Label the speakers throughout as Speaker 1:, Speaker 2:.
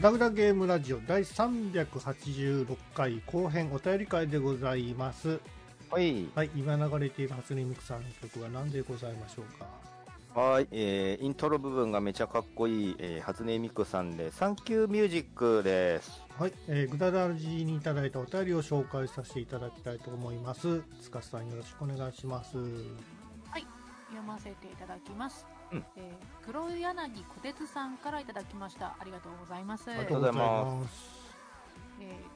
Speaker 1: ダグダゲームラジオ第386回後編お便り会でございます。
Speaker 2: はい。
Speaker 1: はい、今流れている初音ミクさんの曲は何でございましょうか
Speaker 2: はい。えー、イントロ部分がめちゃかっこいい、えー、初音ミクさんで、サンキューミュージックです。
Speaker 1: はい、えー、グダダルジーにいただいたお便りを紹介させていただきたいと思います。塚さんよろしくお願いします。
Speaker 3: 読ませていただきます、
Speaker 2: うん
Speaker 3: えー黒柳小鉄さんからいただきましたありがとうございます、
Speaker 1: あ
Speaker 3: え
Speaker 1: りがとう
Speaker 2: とう
Speaker 1: ご
Speaker 2: ご
Speaker 1: ざ
Speaker 2: ざ
Speaker 1: い
Speaker 2: い
Speaker 1: ま。
Speaker 2: ます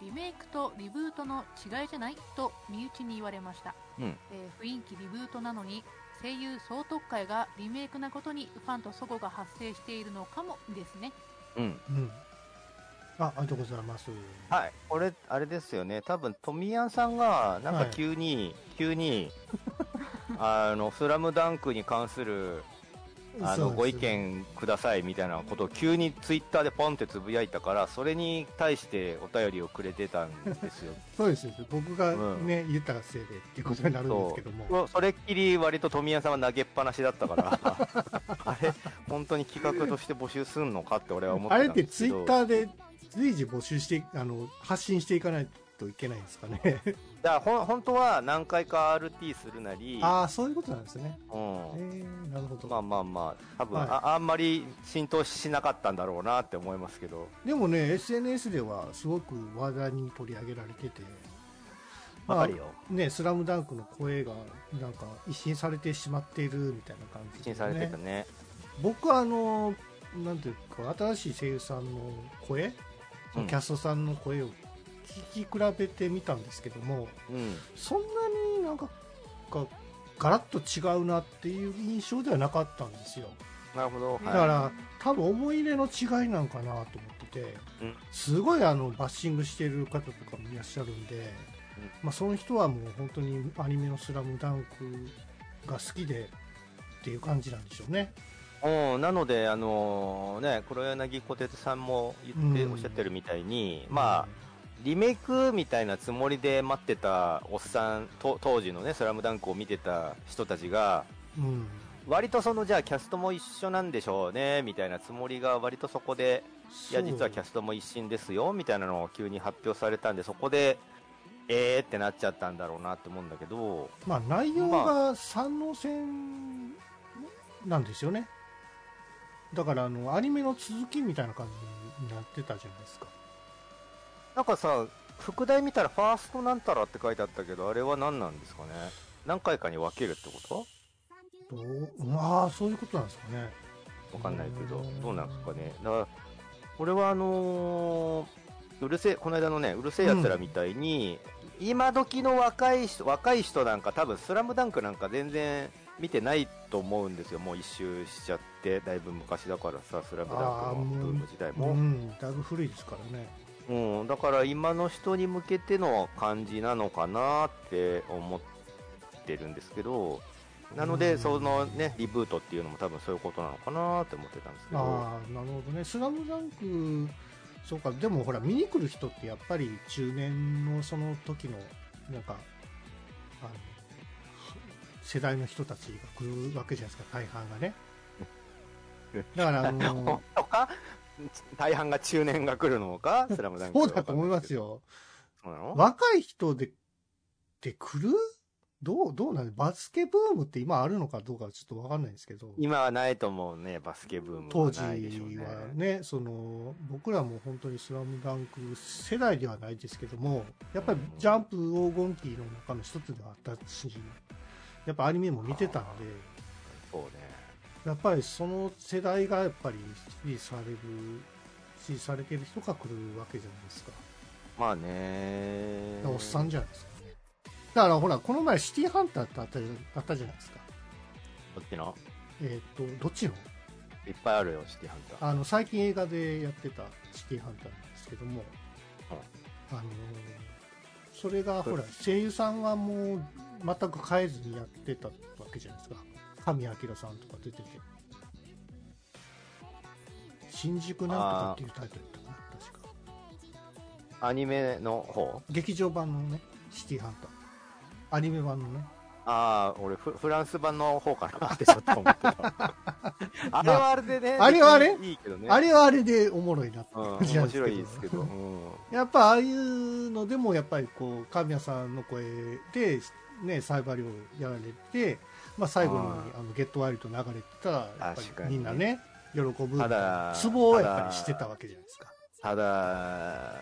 Speaker 3: ーリメイクとリブートの違いじゃないと身内に言われました、
Speaker 2: うん
Speaker 3: えー雰囲気リブートなのに声優総特会がリメイクなことにファンと齟齬が発生しているのかもですね
Speaker 2: うん。
Speaker 1: うん。あ、ありがとうございます。
Speaker 2: はい。これ、あれですよね。多分、トミヤンさんが、なん
Speaker 1: は
Speaker 2: か
Speaker 1: い
Speaker 2: 急に、急に、あの、スラムダンクに関する、あ
Speaker 1: そうで
Speaker 2: の、
Speaker 1: す
Speaker 2: ご意。見くださいみたいなことを急にツイッターでポンってつぶやいたから、それに対してお便りをくれてたんですよ。
Speaker 1: そうです。僕がね、言ったせいでっていうことになるんですけども。
Speaker 2: そうそれっきり割と富谷さんは投げっぱなしだったから あれ本当に企画として募集すんのかって俺は思って
Speaker 1: あ
Speaker 2: た
Speaker 1: れっ
Speaker 2: んで
Speaker 1: て
Speaker 2: す
Speaker 1: ツ
Speaker 2: け
Speaker 1: イ
Speaker 2: ど
Speaker 1: ッターで随時募集して、あの、発信していかないといけないんですかね。
Speaker 2: だからほん本当は何回か RT するなり、
Speaker 1: ああ、そういうことなんですね。
Speaker 2: う
Speaker 1: え
Speaker 2: ん、
Speaker 1: ー、なるほど。
Speaker 2: まあまあまあ多分、
Speaker 1: はい
Speaker 2: ああんまり浸透しなかったんだろうなって思いますけど
Speaker 1: でもね、SNS ではすごく話題に取り上げられてて、ま
Speaker 2: わ
Speaker 1: あ
Speaker 2: かるよ、
Speaker 1: ね、スラムダンクの声がなんか一新されてしまっているみたいな感じ
Speaker 2: 一
Speaker 1: で、ね。
Speaker 2: 新されてたね
Speaker 1: 僕はあの、なんていうか、新しい声優さんの声、
Speaker 2: うん
Speaker 1: キャストさんの声を聞き比べてみたんですけども、
Speaker 2: うん
Speaker 1: そんなになんか、がガラッと違うなっていう印象ではなかったんですよ。
Speaker 2: なるほど、
Speaker 1: だか
Speaker 2: は
Speaker 1: ら、多分思い入れの違いなんかなと思ってて
Speaker 2: うん、
Speaker 1: すごいあのバッシングしてる方とかもいらっしゃるんで、
Speaker 2: うん
Speaker 1: まあ、その人はもう本当にアニメの「スラムダンクが好きでっていう感じなんでしょうね。
Speaker 2: いうん、なのであのね黒柳小鉄さんも言って
Speaker 1: うん
Speaker 2: おっしゃってるみたいに、まあリメイクみたいなつもりで待ってたおっさんと当時のね「スラムダンクを見てた人たちが
Speaker 1: うん、うん、
Speaker 2: 割とそのじゃあキャストも一緒なんでしょうねみたいなつもりが割とそこでいや実はキャ
Speaker 1: ス
Speaker 2: ストも一新ですよみたいなのを急に発表されたんでそこでえーってなっちゃったんだろうなって思うんだけど
Speaker 1: まあ内容が三能線なんですよね。だからあのアニメの続きみたいな感じになってたじゃないですか。
Speaker 2: なんかさ副題見たら「ファーストなんたら」って書いてあったけどあれは何なんですかね何回かに分けるってこと
Speaker 1: どうまあそういうことなんですかね。
Speaker 2: わかんないけど
Speaker 1: うん、
Speaker 2: どうなんですかね。だから、これはあのーうるせえ、この間のね、うるせえ奴らみたいに、今時の若い人、若い人なんか多分スラムダンクなんか全然見てないと思うんですよ。もう一周しちゃって、だいぶ昔だからさ、スラムダンクのブーム時代
Speaker 1: う
Speaker 2: も。
Speaker 1: ん、だいぶ古いですからね。
Speaker 2: うん、だから今の人に向けての感じなのかなって思ってるんですけど、なの
Speaker 1: う
Speaker 2: で、
Speaker 1: ん
Speaker 2: そのね、リブートっていうのも多分そういうことなのかなって思ってたんですけど。
Speaker 1: ああ、なるほどね。スラムダンク、そうか、でもほら、見に来る人ってやっぱり中年のその時の、なんか、あの、世代の人たちが来るわけじゃないですか、大半 がね。だから、あの、
Speaker 2: とか、大半が中年が来るの か、スラムダンク
Speaker 1: そ
Speaker 2: は
Speaker 1: うだと思います。よ。
Speaker 2: そうなの
Speaker 1: 若い人で、で来るどう、どうなんバスケブームって今あるのかどうかちょっとわかんないんですけど。
Speaker 2: 今はないと思うね、バスケブーム
Speaker 1: 当
Speaker 2: は
Speaker 1: 時
Speaker 2: ないでしょうね。
Speaker 1: はね、その、僕らも本当にスラムダンク世代ではないですけども、やっぱりジャンプ黄金期の中の一つではあったし、やっぱアニメも見てたんで、
Speaker 2: そうね。
Speaker 1: やっぱりその世代がやっぱり支持される、支持されてる人が来るわけじゃないですか。
Speaker 2: まあね
Speaker 1: だからおっさんじゃないですかね。だからほら、この前シティハンターってあったじゃあったじゃないですか。
Speaker 2: こっちの
Speaker 1: えーっと、どっちの
Speaker 2: いっぱいあるよ、シティハンター。
Speaker 1: あの最近映画でやってたシティハンターなんですけども、あのーそれがほら声優さんはもう全く変えずにやってたわけじゃないですか神明さんとか出てて「新宿なんとか」っていうタイトルだったかな確か
Speaker 2: アニメの方
Speaker 1: 劇場版のねシティハンターアニメ版のね
Speaker 2: あああ、俺フ、フランス版の方か なってちょっと思ってた。 あれはあれでね、
Speaker 1: あれはあれ
Speaker 2: 別にいいけどね。
Speaker 1: あれはあれでおもろいなって
Speaker 2: うん、
Speaker 1: 感じなん
Speaker 2: 面
Speaker 1: ですけど
Speaker 2: 白いですけど。うん
Speaker 1: やっぱああいうのでもやっぱりこう神谷さんの声で、ね、サイバー量やられて、まあ、最後に
Speaker 2: はい
Speaker 1: あのゲットワイルド流れてたらやっ
Speaker 2: 確
Speaker 1: ぱ
Speaker 2: か
Speaker 1: り
Speaker 2: に
Speaker 1: みんなね喜ぶ
Speaker 2: ただ
Speaker 1: ツボをやっぱりしてたわけじゃないですか、
Speaker 2: ただ、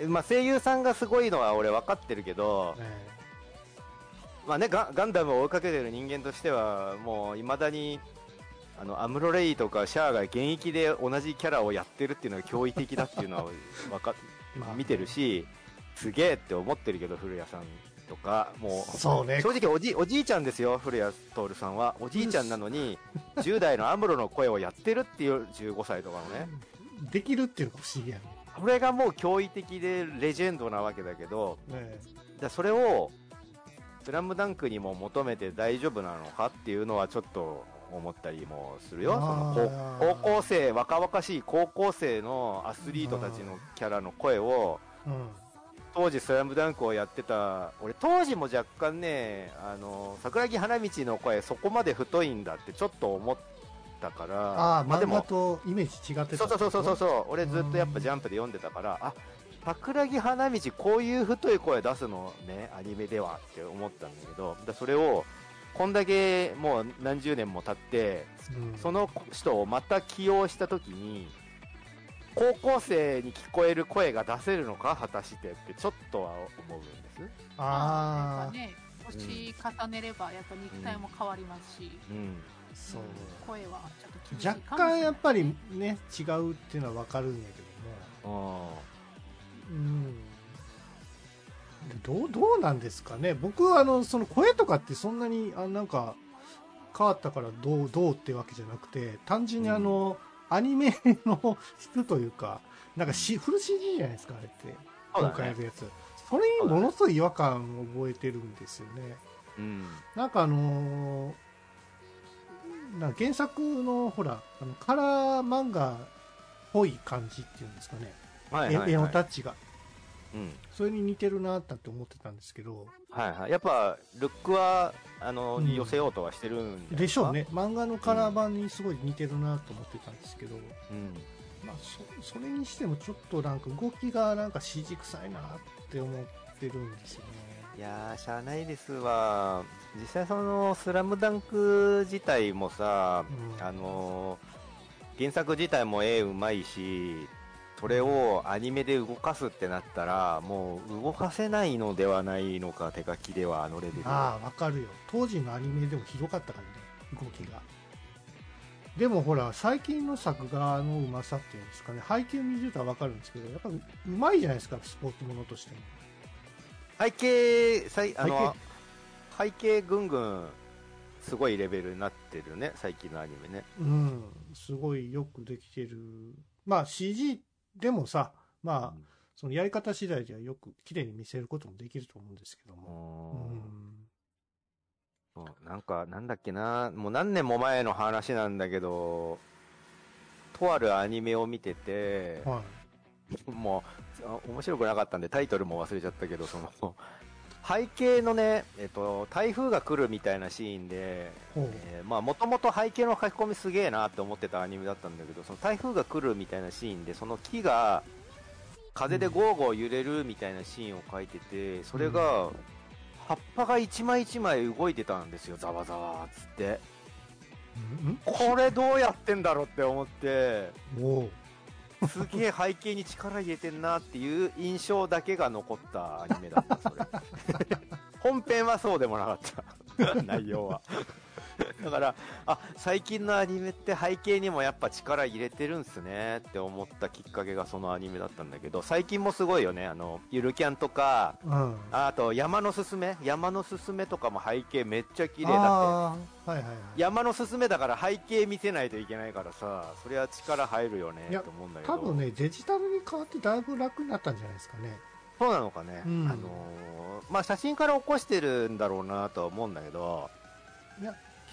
Speaker 2: えまあ、声優さんがすごいのは俺分かってるけど、
Speaker 1: え
Speaker 2: まあね、ガガンダムを追いかけてる人間としては、もういまだに、あの、アムロレイとかシャアが現役で同じキャラをやってるっていうのが驚異的だってい うのはわか、
Speaker 1: えまあ
Speaker 2: 見てるし、すげえって思ってるけど、古谷さんとか、もう、
Speaker 1: そうね
Speaker 2: 正直おじ、おじいちゃんですよ、古谷徹さんは。おじいちゃんな のに、10代のアムロの声をやってるっていう15歳とかのね。
Speaker 1: できるっていうのが不思議やね
Speaker 2: これがもう驚異的でレジェンドなわけだけど、
Speaker 1: え
Speaker 2: じゃあそれを、スラムダンクにも求めて大丈夫なのかっていうのはちょっと思ったりもするよ。そ
Speaker 1: あ
Speaker 2: の
Speaker 1: ー
Speaker 2: 高高校生、若々しい高校生のアスリートたちのキャラの声を、
Speaker 1: えうん
Speaker 2: 当時スラムダンクをやってた、俺当時も若干ね、あの、桜木花道の声そこまで太いんだってちょっと思ったから、
Speaker 1: ああ
Speaker 2: まあで
Speaker 1: 漫
Speaker 2: も
Speaker 1: 画とイメージ違ってた
Speaker 2: そう
Speaker 1: ってこと
Speaker 2: そうそうそうそう俺ずっとやっ
Speaker 1: う
Speaker 2: ぱ
Speaker 1: ん
Speaker 2: ジャンプで読んでたからあ桜木花道こういう太い声出すのねアニメではって思ったんだけどだそれをこんだけもう何十年も経って
Speaker 1: うん
Speaker 2: その人をまた起用した時に高校生に聞こえる声が出せるのか果たしてってちょっとは思うんです、
Speaker 3: ま
Speaker 1: あ
Speaker 3: あ
Speaker 1: あ
Speaker 3: ね、年重ねればやっぱ肉体も変わりますし、
Speaker 2: うん、
Speaker 1: そ
Speaker 3: う
Speaker 1: う
Speaker 3: ん声はちょっと厳しい
Speaker 1: 若
Speaker 3: かもしれな
Speaker 1: 干
Speaker 3: い
Speaker 1: やっぱりね違うっていうのは分かるんやけどねうんどうどうなんですかね、僕はあのその声とかってそんなにあなんか変わったからどうどうってわけじゃなくて単純にあの、アニメの質というかなんかしフル CG じゃないですかあれって
Speaker 2: そう
Speaker 1: 今
Speaker 2: だ
Speaker 1: 回や
Speaker 2: ね
Speaker 1: るやつそれにものすごい違和感を覚えてるんですよね。
Speaker 2: うん
Speaker 1: なんかあのーなんか原作のほらあのカラー漫画っぽい感じっていうんですかね、
Speaker 2: はいはい
Speaker 1: 絵絵の
Speaker 2: は
Speaker 1: タ
Speaker 2: い
Speaker 1: ッチが
Speaker 2: うん
Speaker 1: それに似てるなって思ってたんですけど
Speaker 2: はいはい、やっぱルックはあの、
Speaker 1: うん
Speaker 2: 寄せようとはしてるんじゃないすか
Speaker 1: でしょう、ね漫画のカラー版にすごい似てるなと思ってたんですけど、
Speaker 2: うん、
Speaker 1: まあ、そそれにしてもちょっとなんか動きがなんか CG 臭いなって思ってるんですよね
Speaker 2: いやーしゃあないですわ実際その「スラムダンク自体もさ、
Speaker 1: うん
Speaker 2: あのー原作自体も絵うまいしそれをアニメで動かすってなったらもう動かせないのではないのか手書きではあのレベル
Speaker 1: ああわかるよ当時のアニメでもひどかったからね動きがでもほら最近の作画のうまさっていうんですかね背景見てたらわかるんですけどやっぱうまいじゃないですかスポーツものとしても
Speaker 2: 背景さいあの背景ぐんぐんすごいレベルになってるね最近のアニメね
Speaker 1: うん、すごいよくできてる。まあ CG でもさ、まあ、そのやり方次第ではよく綺麗に見せることもできると思うんですけども。うん。
Speaker 2: そうなんか、なんだっけな、もう何年も前の話なんだけど、とあるアニメを見てて、
Speaker 1: はい。
Speaker 2: もう、あ面白くなかったんでタイトルも忘れちゃったけど、その、背景のね、えっと、台風が来るみたいなシーンで、
Speaker 1: ほう。
Speaker 2: えーまあ、もともと背景の書き込みすげえなって思ってたアニメだったんだけど、その台風が来るみたいなシーンで、その木が風でゴーゴー揺れるみたいなシーンを書いてて、それが、葉っぱが一枚一枚動いてたんですよ、ざわざわっつって。
Speaker 1: うん
Speaker 2: これどうやってんだろうって思って、
Speaker 1: おう
Speaker 2: すげえ背景に力入れてんなっていう印象だけが残ったアニメだった、それ。 本編はそうでもなかった。内容は。だから、あ、最近のアニメって背景にもやっぱ力入れてるんすねって思ったきっかけがそのアニメだったんだけど、最近もすごいよね。あの、ゆるキャンとか、
Speaker 1: うん。
Speaker 2: ああと山のすすめ山のすすめとかも背景めっちゃ綺麗だって。
Speaker 1: あーはいはいはい。
Speaker 2: 山のすすめだから背景見せないといけないからさ、そりゃ力入るよね
Speaker 1: いや
Speaker 2: と思うんだけど。
Speaker 1: 多分ね、デジタルに変わってだいぶ楽になったんじゃないですかね。
Speaker 2: そうなのかね、
Speaker 1: うん
Speaker 2: あのーまあ、写真から起こしてるんだろうなとは思うんだけど、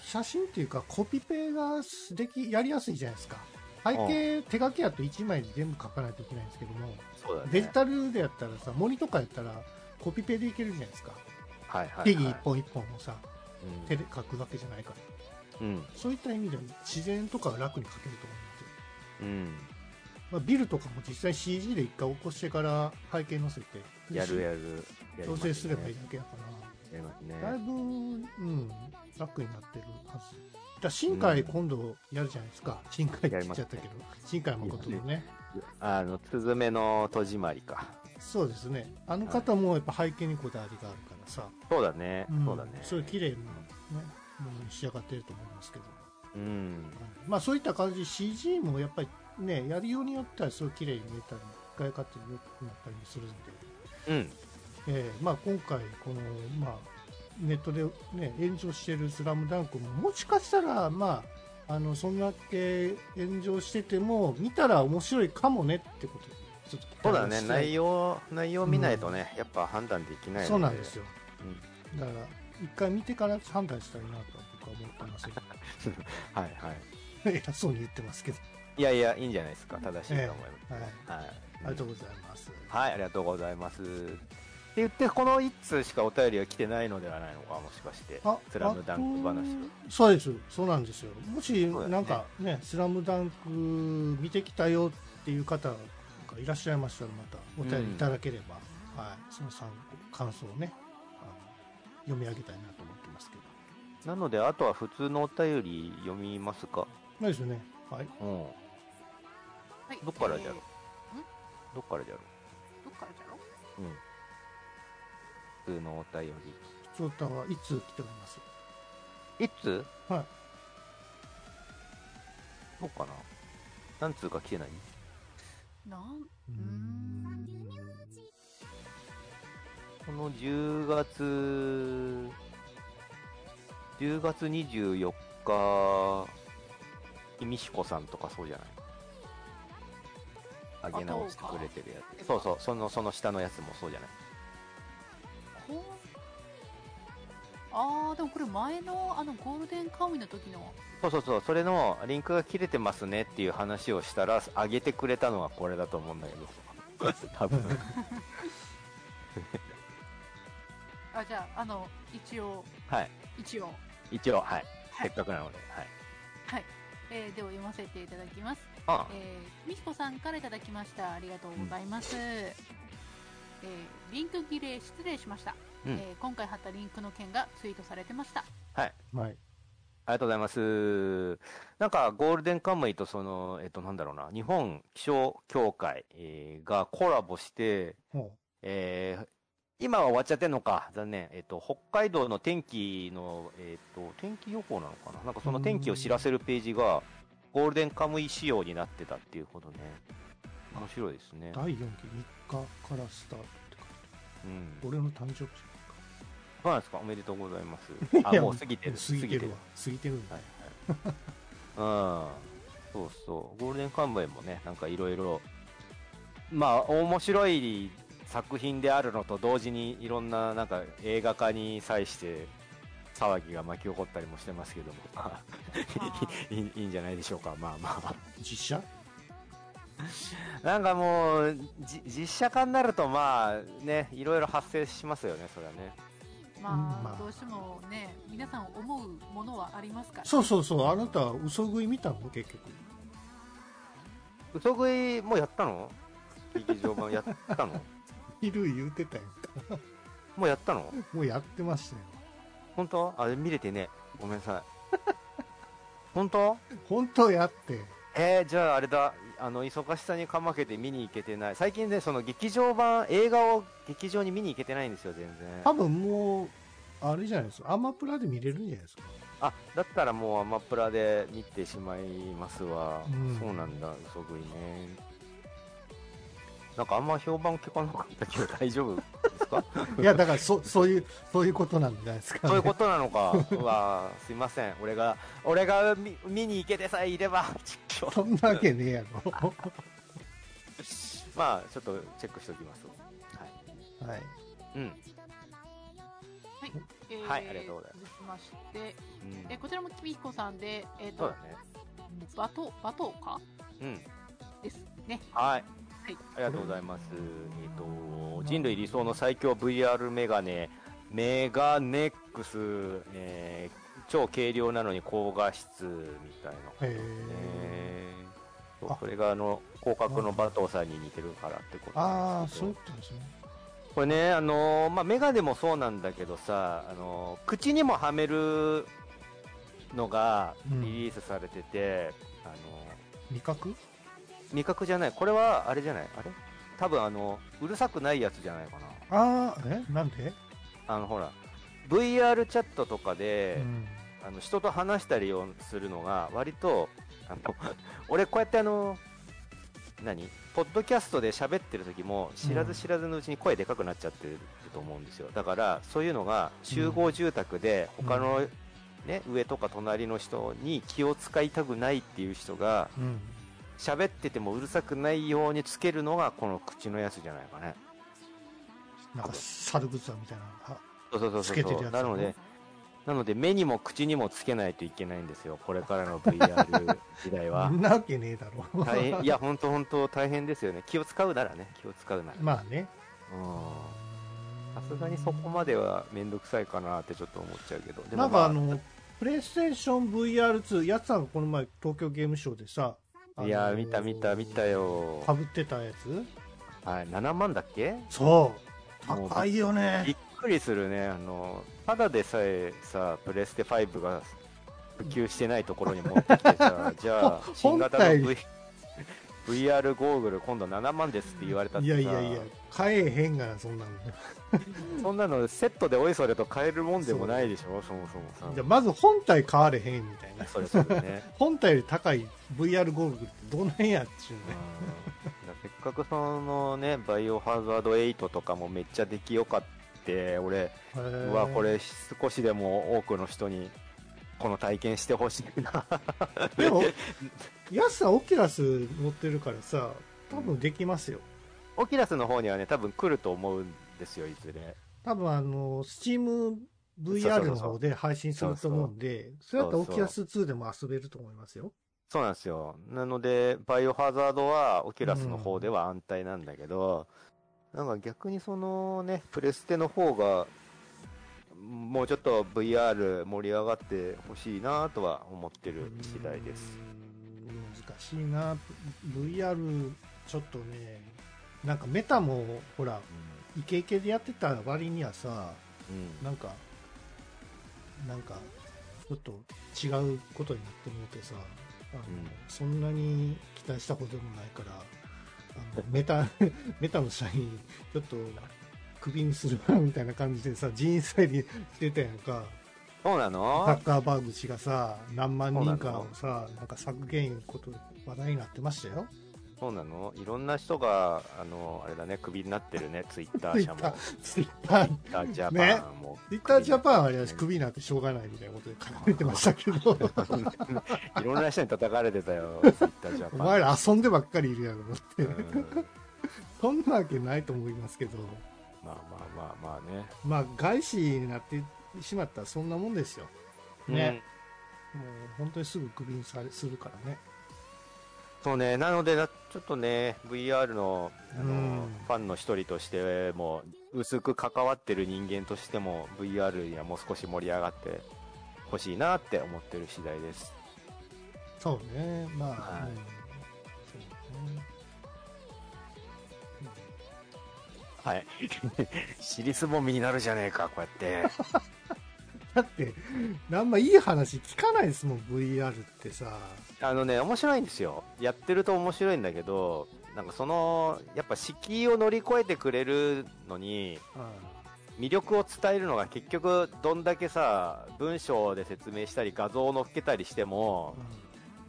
Speaker 1: 写真っていうかコピペができ、やりやすいじゃないですか。背景、手書きやと1枚で全部書かないといけないんですけども。
Speaker 2: そうだね、
Speaker 1: デジタルでやったらさ、森とかやったら、コピペでいけるじゃないですか。
Speaker 2: はいはいは
Speaker 1: 定
Speaker 2: い、
Speaker 1: 義一本一本もさ。
Speaker 2: うん
Speaker 1: 手で書くわけじゃないから
Speaker 2: うん
Speaker 1: そういった意味でも自然とかは楽に書けると思うんですよ
Speaker 2: うん
Speaker 1: まあ、ビルとかも実際 CG で一回起こしてから背景載せて
Speaker 2: やるやるやり
Speaker 1: 調
Speaker 2: ますね
Speaker 1: 整すればいいだけやから、
Speaker 2: やります
Speaker 1: だい
Speaker 2: ね
Speaker 1: ぶ、うん、楽になってるはずだから新海今度やるじゃないですか、新海って言っちゃったけど、新海誠のね
Speaker 2: あの「すずめの戸締まりか」
Speaker 1: そうですねあの方もやっぱ背景にこだわりがあるからさ、
Speaker 2: そうだね、
Speaker 1: ん
Speaker 2: そうだね
Speaker 1: すごい綺麗な、ね、ものに仕上がってると思いますけど、
Speaker 2: うん
Speaker 1: はいまあそういった感じ CG もやっぱりねやりようによってはすごい綺麗に見えたり使い勝手に良くなったりもするんで、
Speaker 2: うん
Speaker 1: えーまあ、今回この、まあ、ネットで、ね、炎上してる「スラムダンクももしかしたら、まあ、あのそんだけ炎上してても見たら面白いかもねってことでちょっと
Speaker 2: そうだね
Speaker 1: 期待して
Speaker 2: 内容内容見ないとね、やっぱ判断できないの
Speaker 1: そうなんですよ、
Speaker 2: う
Speaker 1: だから一回見てから判断したいなと僕は思ってますよ
Speaker 2: はいはい
Speaker 1: 偉そうに言ってますけど、
Speaker 2: いやいやいいんじゃないですか正しいと思います、
Speaker 1: はい、
Speaker 2: はい、
Speaker 1: ありがとうございます、
Speaker 2: はいありがとうございますって言ってこの1通しかお便りが来てないのではないのかもしかして
Speaker 1: あ
Speaker 2: スラムダンク話を
Speaker 1: あとそうですそうなんですよもし
Speaker 2: そうだよね
Speaker 1: なんかね「スラムダンク見てきたよっていう方がいらっしゃいましたらまたお便りいただければ、はい、その参考感想をねあの読み上げたいなと思ってますけど
Speaker 2: なのであとは普通のお便り読みますか
Speaker 1: そうですよねはい
Speaker 2: うん
Speaker 3: はい
Speaker 2: どっからじゃろ
Speaker 3: え
Speaker 2: どっからじゃろ
Speaker 3: ーどっからじゃろ
Speaker 2: ううん普通のお便
Speaker 1: 普通歌はいつ来ております
Speaker 2: りいつ
Speaker 1: はい
Speaker 2: どうかな何通か来てない
Speaker 3: なん
Speaker 1: うーん
Speaker 2: この10月、10月24日、きみしこさんとかそうじゃないあげ直してくれてるやつ。そうそう、その、その下のやつもそうじゃない
Speaker 3: こうあーでもこれ前のあのゴールデンカムイの時の
Speaker 2: そうそうそう、それのリンクが切れてますねっていう話をしたら、あげてくれたのがこれだと思うんだけ ど。多分。
Speaker 3: あじゃああの一応
Speaker 2: はい。
Speaker 3: 一応
Speaker 2: 一応、はい。
Speaker 3: は
Speaker 2: せっ
Speaker 3: い、
Speaker 2: かくなので、はい。
Speaker 3: はいえーでは読ませていただきます
Speaker 2: あ
Speaker 3: えー、みひこさんからいただきましたありがとうございます、えーリンク切れ失礼しました、
Speaker 2: うん
Speaker 3: えー今回貼ったリンクの件がツイートされてました
Speaker 2: はい。
Speaker 1: はい
Speaker 2: ありがとうございます。なんか、ゴールデンカムイとその、えっと、なんだろうな、日本気象協会、えーがコラボして、
Speaker 1: ほ
Speaker 2: えー今は終わっちゃってんのか、残念。えっと、北海道の天気の、えっと、天気予報なのかななんかその天気を知らせるページが、ゴールデンカムイ仕様になってたっていうことね。面白いですね
Speaker 1: う。第4期3日からスタートってか
Speaker 2: うん。
Speaker 1: 俺の誕生日
Speaker 2: そうなんですかおめでとうございます
Speaker 1: い。や
Speaker 2: あ、もう過ぎてる。
Speaker 1: 過ぎてるわ過ぎてるんだ、
Speaker 2: はいはい。うん。そうそう。ゴールデンカムイもね、なんかいろいろ、まあ、面白い作品であるのと同時に、いろんな、なんか映画化に際して、騒ぎが巻き起こったりもしてますけども、 い いいいんじゃないでしょうか、まあま
Speaker 1: 実写
Speaker 2: あ。なんかもう、じ実写化になると、まあね、いろいろ発生しますよね、それはね。
Speaker 3: ま
Speaker 1: うん
Speaker 3: あ、
Speaker 1: まあ
Speaker 3: どうしてもね皆さん思うものはありますから
Speaker 1: そうそうそうあなたは嘘食い見たの結局
Speaker 2: 嘘食い、もうやったの劇場版やったの
Speaker 1: いる言うてたやんか
Speaker 2: もうやったの
Speaker 1: もうやってましたよ
Speaker 2: 本当あれ見れてねごめんなさい 本当
Speaker 1: 本当やって
Speaker 2: えー、じゃああれだあの忙しさにかまけて見に行けてない最近ねその劇場版映画を劇場に見に行けてないんですよ全
Speaker 1: 多
Speaker 2: 然
Speaker 1: 分もうあれじゃないですかアマプラで見れるんじゃないですか
Speaker 2: あだったらもうアマプラで見てしまいますわ、
Speaker 1: うん
Speaker 2: そうなんだ嘘食いねなんかあんま評判聞かなかったけど 大丈夫ですか
Speaker 1: いやだからそそういうそういうことなんじゃないですか、ね、
Speaker 2: そういうことな のかうわーすいません俺が俺が見見に行けてさえいれば実況
Speaker 1: そんなわけねえやろ
Speaker 2: まあちょっとチェックしておきますはい
Speaker 1: はい
Speaker 2: うん、
Speaker 3: えー
Speaker 2: はいありがとうござい
Speaker 3: 続きまして、
Speaker 2: うん
Speaker 3: えーこちらもきみひこさんで、えー
Speaker 2: そう
Speaker 3: と
Speaker 2: だね。
Speaker 3: バトバトーカ
Speaker 2: うん。
Speaker 3: ですね
Speaker 2: はい。
Speaker 3: はい
Speaker 2: ありがとうございます。えっ、と、人類理想の最強 VR メガネ、メガネックス、えー超軽量なのに高画質みたいなことですね
Speaker 1: へ
Speaker 2: そう
Speaker 1: あ
Speaker 2: これがあの広角のバトーさんに似てるからってこと
Speaker 1: あ
Speaker 2: なん
Speaker 1: あ
Speaker 2: ですけ
Speaker 1: そうい
Speaker 2: ど
Speaker 1: うことですね
Speaker 2: これね、あのーまあ、メガネもそうなんだけどさ、あのー口にもはめるのが
Speaker 1: う
Speaker 2: リ
Speaker 1: ん
Speaker 2: リースされてて、あの
Speaker 1: 味覚
Speaker 2: ー味覚じゃない、これはあれじゃない、あれ多分あの、うるさくないやつじゃないかな。
Speaker 1: ああえなんで、
Speaker 2: あの、ほら、VR チャットとか
Speaker 1: う
Speaker 2: で、
Speaker 1: ん、
Speaker 2: あの人と話したりをするのが、割と、あの 俺こうやってあの何ポッドキャストで喋ってる時も知らず知らずのうちに声でかくなっちゃってると思うんですよだからそういうのが集合住宅で
Speaker 1: うん
Speaker 2: 他の、ね上とか隣の人に気を使いたくないっていう人が
Speaker 1: うん、
Speaker 2: 喋っててもうるさくないようにつけるのがこの口のやつじゃないかね
Speaker 1: なんか猿グッズみたいなあ
Speaker 2: そうそうそう
Speaker 1: つ
Speaker 2: そう
Speaker 1: けてるやつ
Speaker 2: なのでなので目にも口にもつけないといけないんですよこれからの VR 時代 は
Speaker 1: そんなわけねえだろ
Speaker 2: 大変いや本当本当大変ですよね気を使うならね気を使うなら
Speaker 1: まあね
Speaker 2: うんさすがにそこまでは面倒くさいかなってちょっと思っちゃうけどで
Speaker 1: な
Speaker 2: も、
Speaker 1: んか
Speaker 2: ま
Speaker 1: あのプレイステーション VR2 やつさんがこの前東京ゲームショウでさ
Speaker 2: いやー見た見た見たよ
Speaker 1: かぶってたやつ
Speaker 2: はい7万だっけ
Speaker 1: そう
Speaker 2: もう
Speaker 1: 高いよね
Speaker 2: びっくりするねあのただでさえさプレステ5が普及してないところに持ってき てさじゃあ
Speaker 1: ほ
Speaker 2: 新型の、
Speaker 1: 本
Speaker 2: v、VR ゴーグル今度7万ですって言われたって
Speaker 1: い
Speaker 2: さ
Speaker 1: やいやいや買えへんがなそんなの
Speaker 2: そんなのセットでおいそれと買えるもんでもないでしょそもそもさ
Speaker 1: じゃあまず本体買われへんみたいな
Speaker 2: それそれね
Speaker 1: 本体より高い VR ゴーグルってどんなんやっちゅうね
Speaker 2: うんせっかくそのね、バイオハザード8とかもめっちゃ出来よかって、俺、
Speaker 1: へー
Speaker 2: うわ、これ少しでも多くの人にこの体験してほしいな。
Speaker 1: でもやすさんオキュラス持ってるからさ多分できますよ
Speaker 2: オキュラスの方にはね、多分来ると思うんですよ、いずれ。
Speaker 1: 多分あの SteamVR の方で配信すると思うんでそ
Speaker 2: そうそう
Speaker 1: れだったらオキュラス2でも遊べると思いますよ
Speaker 2: そうなんですよ。なので、バイオハザードはオキュラスの方では安泰なんだけど、なんか逆にそのね、プレステの方が、もうちょっと VR 盛り上がってほしいなとは思ってる次第です。
Speaker 1: うん難しいな VR ちょっとねなんかメタもほらイケイケでやってた割にはさ
Speaker 2: うん
Speaker 1: なんかなんかちょっと違うことになってもうてさあの、
Speaker 2: うん
Speaker 1: そんなに期待したこともないからあ のメタメタの社員ちょっとクビにするわみたいな感じでさ人員整理してたやんか
Speaker 2: そうな
Speaker 1: サ
Speaker 2: の
Speaker 1: ッカーバーグ氏がさ何万人
Speaker 2: そうな
Speaker 1: かを
Speaker 2: の
Speaker 1: さなんか削減いうことで話題になってましたよ
Speaker 2: そうなのいろんな人が、あの、あれだね、クビになってるね、ツイッタ ー社も。 ツ
Speaker 1: Twitter
Speaker 2: イッタージャ
Speaker 1: ね
Speaker 2: パンも。
Speaker 1: ツイッタージャパンはあれだし、クビになってしょうがないみたいなことで書かれてましたけ ど、
Speaker 2: いろんな人に叩かれてたよ、ツイッタージャ
Speaker 1: お
Speaker 2: パン。
Speaker 1: 前ら遊んでばっかりいるやろって
Speaker 2: う、ん
Speaker 1: そんなわけないと思いますけど、
Speaker 2: まあまあまあまあね。
Speaker 1: まあ、外資になってしまったらそんなもんですよ。ね。もう本当にすぐクビにされするからね。
Speaker 2: そうね、なのでな、ちょっとね、VR のあの、
Speaker 1: うん
Speaker 2: ファンの一人としても、薄く関わってる人間としても、VR にはもう少し盛り上がってほしいなって思ってる次第です。
Speaker 1: そうね。まあ、
Speaker 2: はい
Speaker 1: うんそうね。
Speaker 2: はい。 尻すぼみになるじゃねえか、こうやって。
Speaker 1: だって、あんまいい話聞かないですもん、VR ってさ。
Speaker 2: あのね、面白いんですよ。やってると面白いんだけど、なんかその、やっぱ敷居を乗り越えてくれるのに、魅力を伝えるのが結局、どんだけさ、文章で説明したり、画像を載っけたりしても、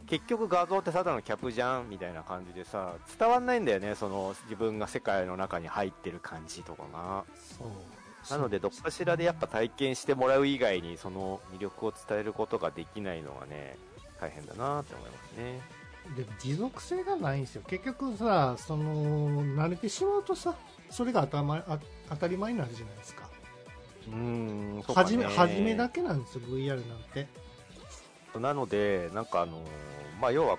Speaker 2: 結局画像ってただのキャプじゃんみたいな感じでさ、伝わんないんだよね、その自分が世界の中に入ってる感じとかが。
Speaker 1: そう。
Speaker 2: なので、どっかしらでやっぱ体験してもらう以外に、その魅力を伝えることができないのがね、大変だなって思いますね。
Speaker 1: でも持続性がないんですよ結局さその慣れてしまうとさそれが頭あ当たり前になるじゃないですか
Speaker 2: うーん、そうかね
Speaker 1: 初め初めだけなんですよ VR なんて
Speaker 2: なので、なんかあのーまあ、要は、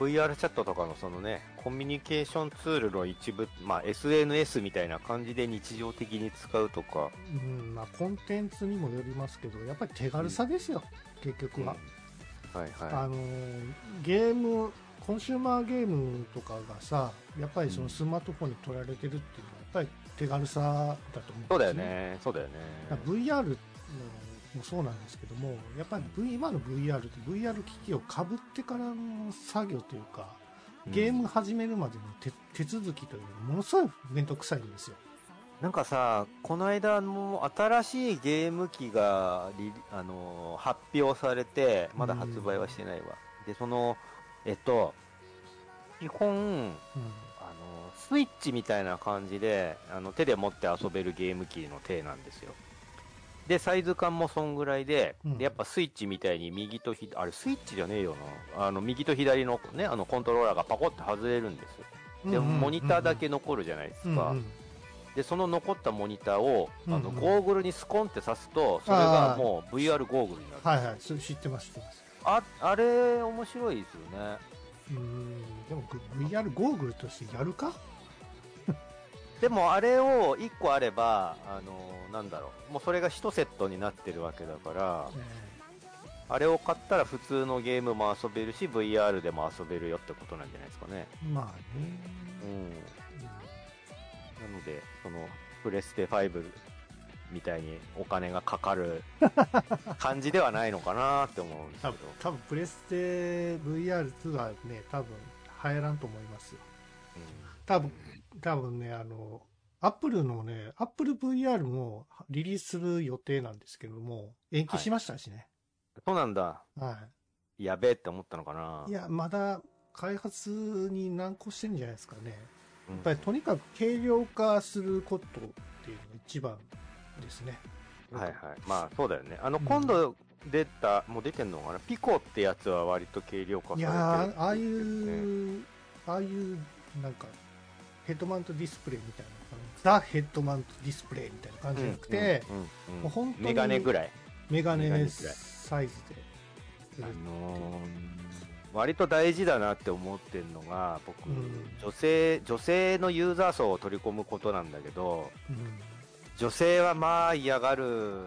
Speaker 2: VR チャットとかのそのね、コミュニケーションツールの一部、まあ、SNS みたいな感じで日常的に使うとか、
Speaker 1: うんまあ、コンテンツにもよりますけどやっぱり手軽さですよ、結局は、
Speaker 2: うんはい
Speaker 1: あ
Speaker 2: は
Speaker 1: のーゲームコンシューマーゲームとかがさやっぱりそのスマートフォンに取られてるっていうのはやっぱり手軽さだと思うんです
Speaker 2: い。そうだよね、そうだよね。
Speaker 1: だから VR のもそうなんですけどもやっぱり V- 今の VR って VR 機器をかぶってからの作業というかゲーム始めるまでの手,、手続きというのがものすごい面倒くさいんですよ
Speaker 2: なんかさ、この間もう新しいゲーム機がリリあのー発表されて、まだ発売はしてないわ。で、その、えっと、基本、
Speaker 1: う
Speaker 2: あのースイッチみたいな感じであの手で持って遊べるゲーム機の体なんですよ。で、サイズ感もそんぐらいで、
Speaker 1: うん
Speaker 2: でやっぱスイッチみたいに右と左、あれスイッチじゃねえよな。あの、右と左のね、あのコントローラーがパコッと外れるんです
Speaker 1: ん
Speaker 2: よ。で、モニターだけ残るじゃないですか。
Speaker 1: うんうん
Speaker 2: でその残ったモニターを、あ
Speaker 1: うんう
Speaker 2: の
Speaker 1: ん
Speaker 2: ゴーグルにスコンって刺すとそれがもう VR ゴーグルになる
Speaker 1: はいはいそれ知ってます知ってます
Speaker 2: ああれ面白いですよね
Speaker 1: うんでもこれ VR ゴーグルとしてやるか
Speaker 2: でもあれを1個あればあのなんだろうもうそれが1セットになってるわけだからあれを買ったら普通のゲームも遊べるし VR でも遊べるよってことなんじゃないですかね
Speaker 1: まあね、
Speaker 2: うん
Speaker 1: うん
Speaker 2: なのでそのプレステ5みたいにお金がかかる感じではないのかなって思うんです
Speaker 1: 多
Speaker 2: けど
Speaker 1: 分多分プレステ VR2 はね多分流行らんと思いますよ多分多分ねあのアップルのねアップル VR もリリースする予定なんですけども延期しましたしね、
Speaker 2: うんそうなんだ
Speaker 1: はい、
Speaker 2: やべえって思ったのかない
Speaker 1: やまだ開発に難航してんじゃないですかね
Speaker 2: うん
Speaker 1: やっぱりとにかく軽量化することっていうのが一番ですね
Speaker 2: はいはいまあそうだよねあの
Speaker 1: うん
Speaker 2: 今度出た、もう出てんのかなピコってやつは割と軽量化され
Speaker 1: い
Speaker 2: てる
Speaker 1: やーああい
Speaker 2: って言ってるね
Speaker 1: う、ああいうなんかヘッドマウントディスプレイみたいなザ・ヘッドマウントディスプレイみたいな感じじゃなくて、
Speaker 2: うんうんうん
Speaker 1: もう本当に
Speaker 2: メガネぐらい、
Speaker 1: メガ
Speaker 2: メガネ
Speaker 1: ネ
Speaker 2: くらい
Speaker 1: サイズで
Speaker 2: あのー割と大事だなって思ってるのが僕、
Speaker 1: うん
Speaker 2: 女性女性のユーザー層を取り込むことなんだけど
Speaker 1: うん
Speaker 2: 女性はまあ嫌がる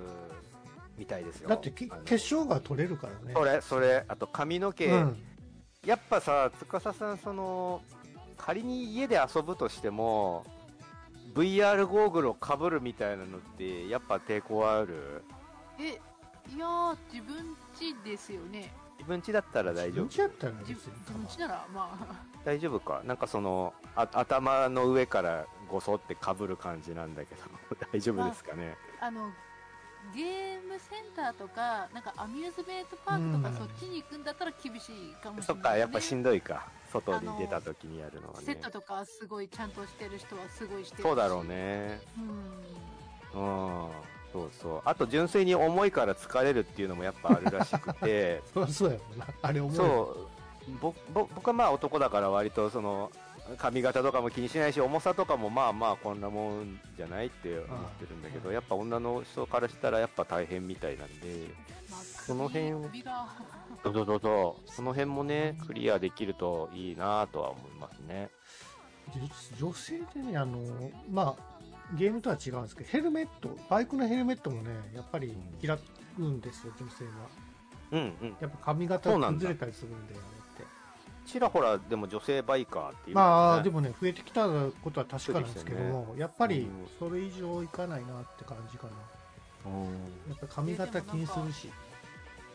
Speaker 2: みたいですよ
Speaker 1: だってけ
Speaker 2: あの
Speaker 1: 結晶が取れるからね
Speaker 2: それそれあと髪の毛、
Speaker 1: うん
Speaker 2: やっぱさ、司さん、その、仮に家で遊ぶとしても、VR ゴーグルをかぶるみたいなのって、やっぱ抵抗ある
Speaker 3: えいやー自分家ですよね
Speaker 2: 自分家だったら大丈
Speaker 1: うちや
Speaker 2: 夫
Speaker 1: ったら別
Speaker 3: 自
Speaker 1: に
Speaker 3: 分自分家ならま
Speaker 2: 大丈夫かなんかその、あ頭の上からごそってかぶる感じなんだけど、 大丈夫ですかね
Speaker 3: ああのゲームセンターとかなんかアミューズメントパークと
Speaker 1: う
Speaker 3: か
Speaker 1: ん
Speaker 3: そっちに行くんだったら厳しいかもし
Speaker 2: そ
Speaker 3: れな
Speaker 2: っ
Speaker 3: い、
Speaker 2: か、
Speaker 3: ね、
Speaker 2: やっぱしんどいか。外に出た時にやるのは
Speaker 3: セ
Speaker 2: ね
Speaker 3: ッ。トとかすごいちゃんとしてる人はすごいしてるし
Speaker 2: そうだろうね。
Speaker 3: うん
Speaker 2: うん。そうそう。あと、純粋に重いから疲れるっていうのもやっぱあるらしく て、
Speaker 1: そりゃそうやもんなあれ思う
Speaker 2: そうぼぼ僕はまあ男だから割とその髪型とかも気にしないし重さとかもまあまあこんなもんじゃないって思ってるんだけどやっぱ女の人からしたらやっぱ大変みたいなんで
Speaker 3: まあ
Speaker 2: この辺を
Speaker 3: 首が
Speaker 2: どどどどその辺もねクリアできるといいなとは思いますね
Speaker 1: 女女性でねあのまあゲームとは違うんですけどヘルメットバイクのヘルメットもねやっぱり開くんですよ女性は
Speaker 2: うんうん
Speaker 1: やっぱ髪型
Speaker 2: そうなんだ
Speaker 1: 崩れたりするんであれって
Speaker 2: ちらほらでも女性バイカーっていう
Speaker 1: まあで
Speaker 2: ね
Speaker 1: もね増えてきたことは確かなんですけど
Speaker 2: そうで
Speaker 1: も、やっぱ
Speaker 2: う
Speaker 1: り
Speaker 2: ん
Speaker 1: それ以上いかないなって感じかな
Speaker 2: うん
Speaker 1: やっぱ髪型気にするし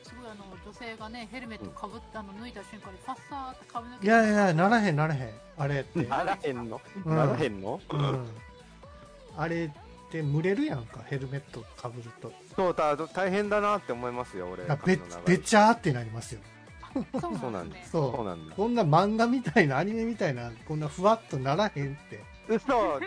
Speaker 3: すごいあの女性がねヘルメットかぶったの脱いだ瞬間にファッサーって髪の毛
Speaker 1: いやいやならへんならへんあれって、
Speaker 2: ならへんの
Speaker 1: うん
Speaker 2: ならへんの
Speaker 1: うん、あれって蒸れるやんかヘルメットかぶると
Speaker 2: そうだ大変だなって思いますよ俺
Speaker 1: だべ
Speaker 2: 髪の長い
Speaker 1: べちゃーってなりますよ
Speaker 3: そ
Speaker 2: そう
Speaker 3: うな
Speaker 2: なん
Speaker 3: ん
Speaker 2: で
Speaker 3: ですすね
Speaker 1: そう
Speaker 2: そうなんだ
Speaker 1: こんな漫画みたいなアニメみたいなこんなふわっとならへんって
Speaker 2: 嘘